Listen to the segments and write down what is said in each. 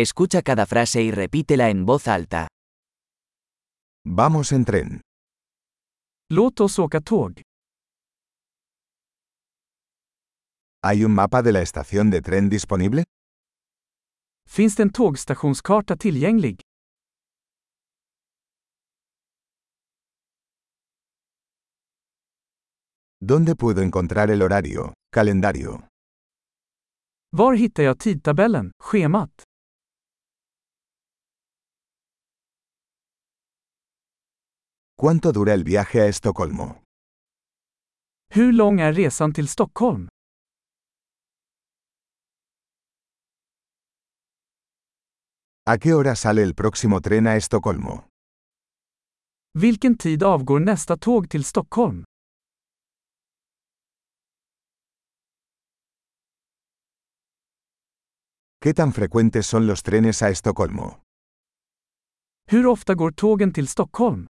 Escucha cada frase y repítela en voz alta. Vamos en tren. Låt oss åka tåg. ¿Hay un mapa de la estación de tren disponible? Finns det en tågstationskarta tillgänglig? ¿Dónde puedo encontrar el horario, calendario? Var hittar jag tidtabellen, schemat? ¿Cuánto dura el viaje a Estocolmo? Hur lång är resan till Stockholm? ¿A qué hora sale el próximo tren a Estocolmo? Vilken tid avgår nästa tåg till Stockholm? ¿Qué tan frecuentes son los trenes a Estocolmo? Hur ofta går tågen till Stockholm?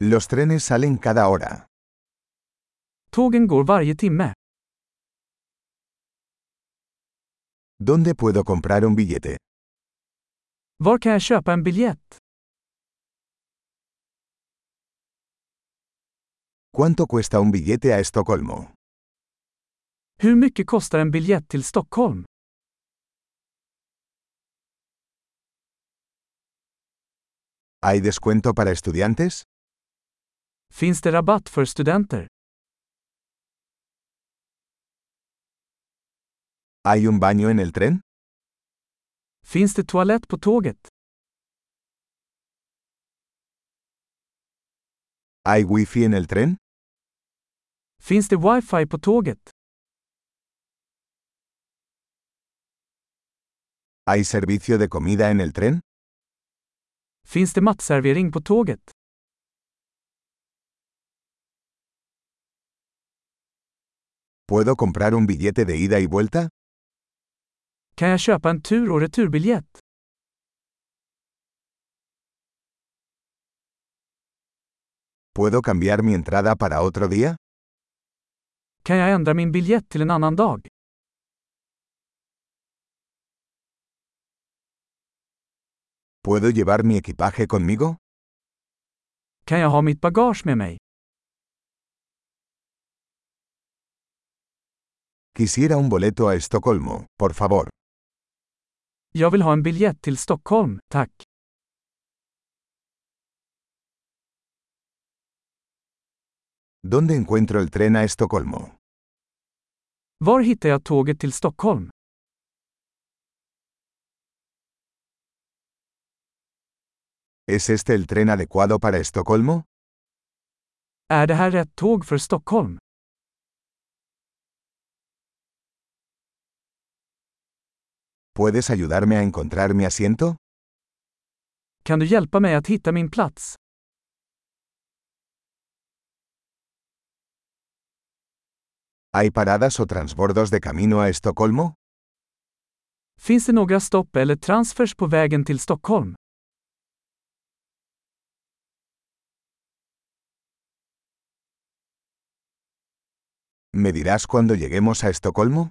Los trenes salen cada hora. Tågen går varje timme. ¿Dónde puedo comprar un billete? Var kan jag köpa en biljett? ¿Cuánto cuesta un billete a Estocolmo? Hur mycket kostar en biljett till Stockholm? ¿Hay descuento para estudiantes? Finns det rabatt för studenter? ¿Hay un baño en el tren? Finns det toalett på tåget? ¿Hay wifi en el tren? Finns det wifi på tåget? ¿Hay servicio de comida en el tren? Finns det matservering på tåget? ¿Puedo comprar un billete de ida y vuelta? Kan jag köpa en tur och returbiljett? ¿Puedo cambiar mi entrada para otro día? Kan jag ändra min biljett till en annan dag? ¿Puedo llevar mi equipaje conmigo? Kan jag ha mitt bagage med mig? Quisiera un boleto a Estocolmo, por favor. Jag vill ha en biljett till Stockholm, tack. ¿Dónde encuentro el tren a Estocolmo? Var hittar jag tåget till Stockholm? ¿Es este el tren adecuado para Estocolmo? Är det här rätt tåg för Stockholm? ¿Puedes ayudarme a encontrar mi asiento? Kan du hjälpa mig att hitta min plats? ¿Hay paradas o transbordos de camino a Estocolmo? Finns det några stopp eller transfers på vägen till Stockholm? ¿Me dirás cuándo lleguemos a Estocolmo?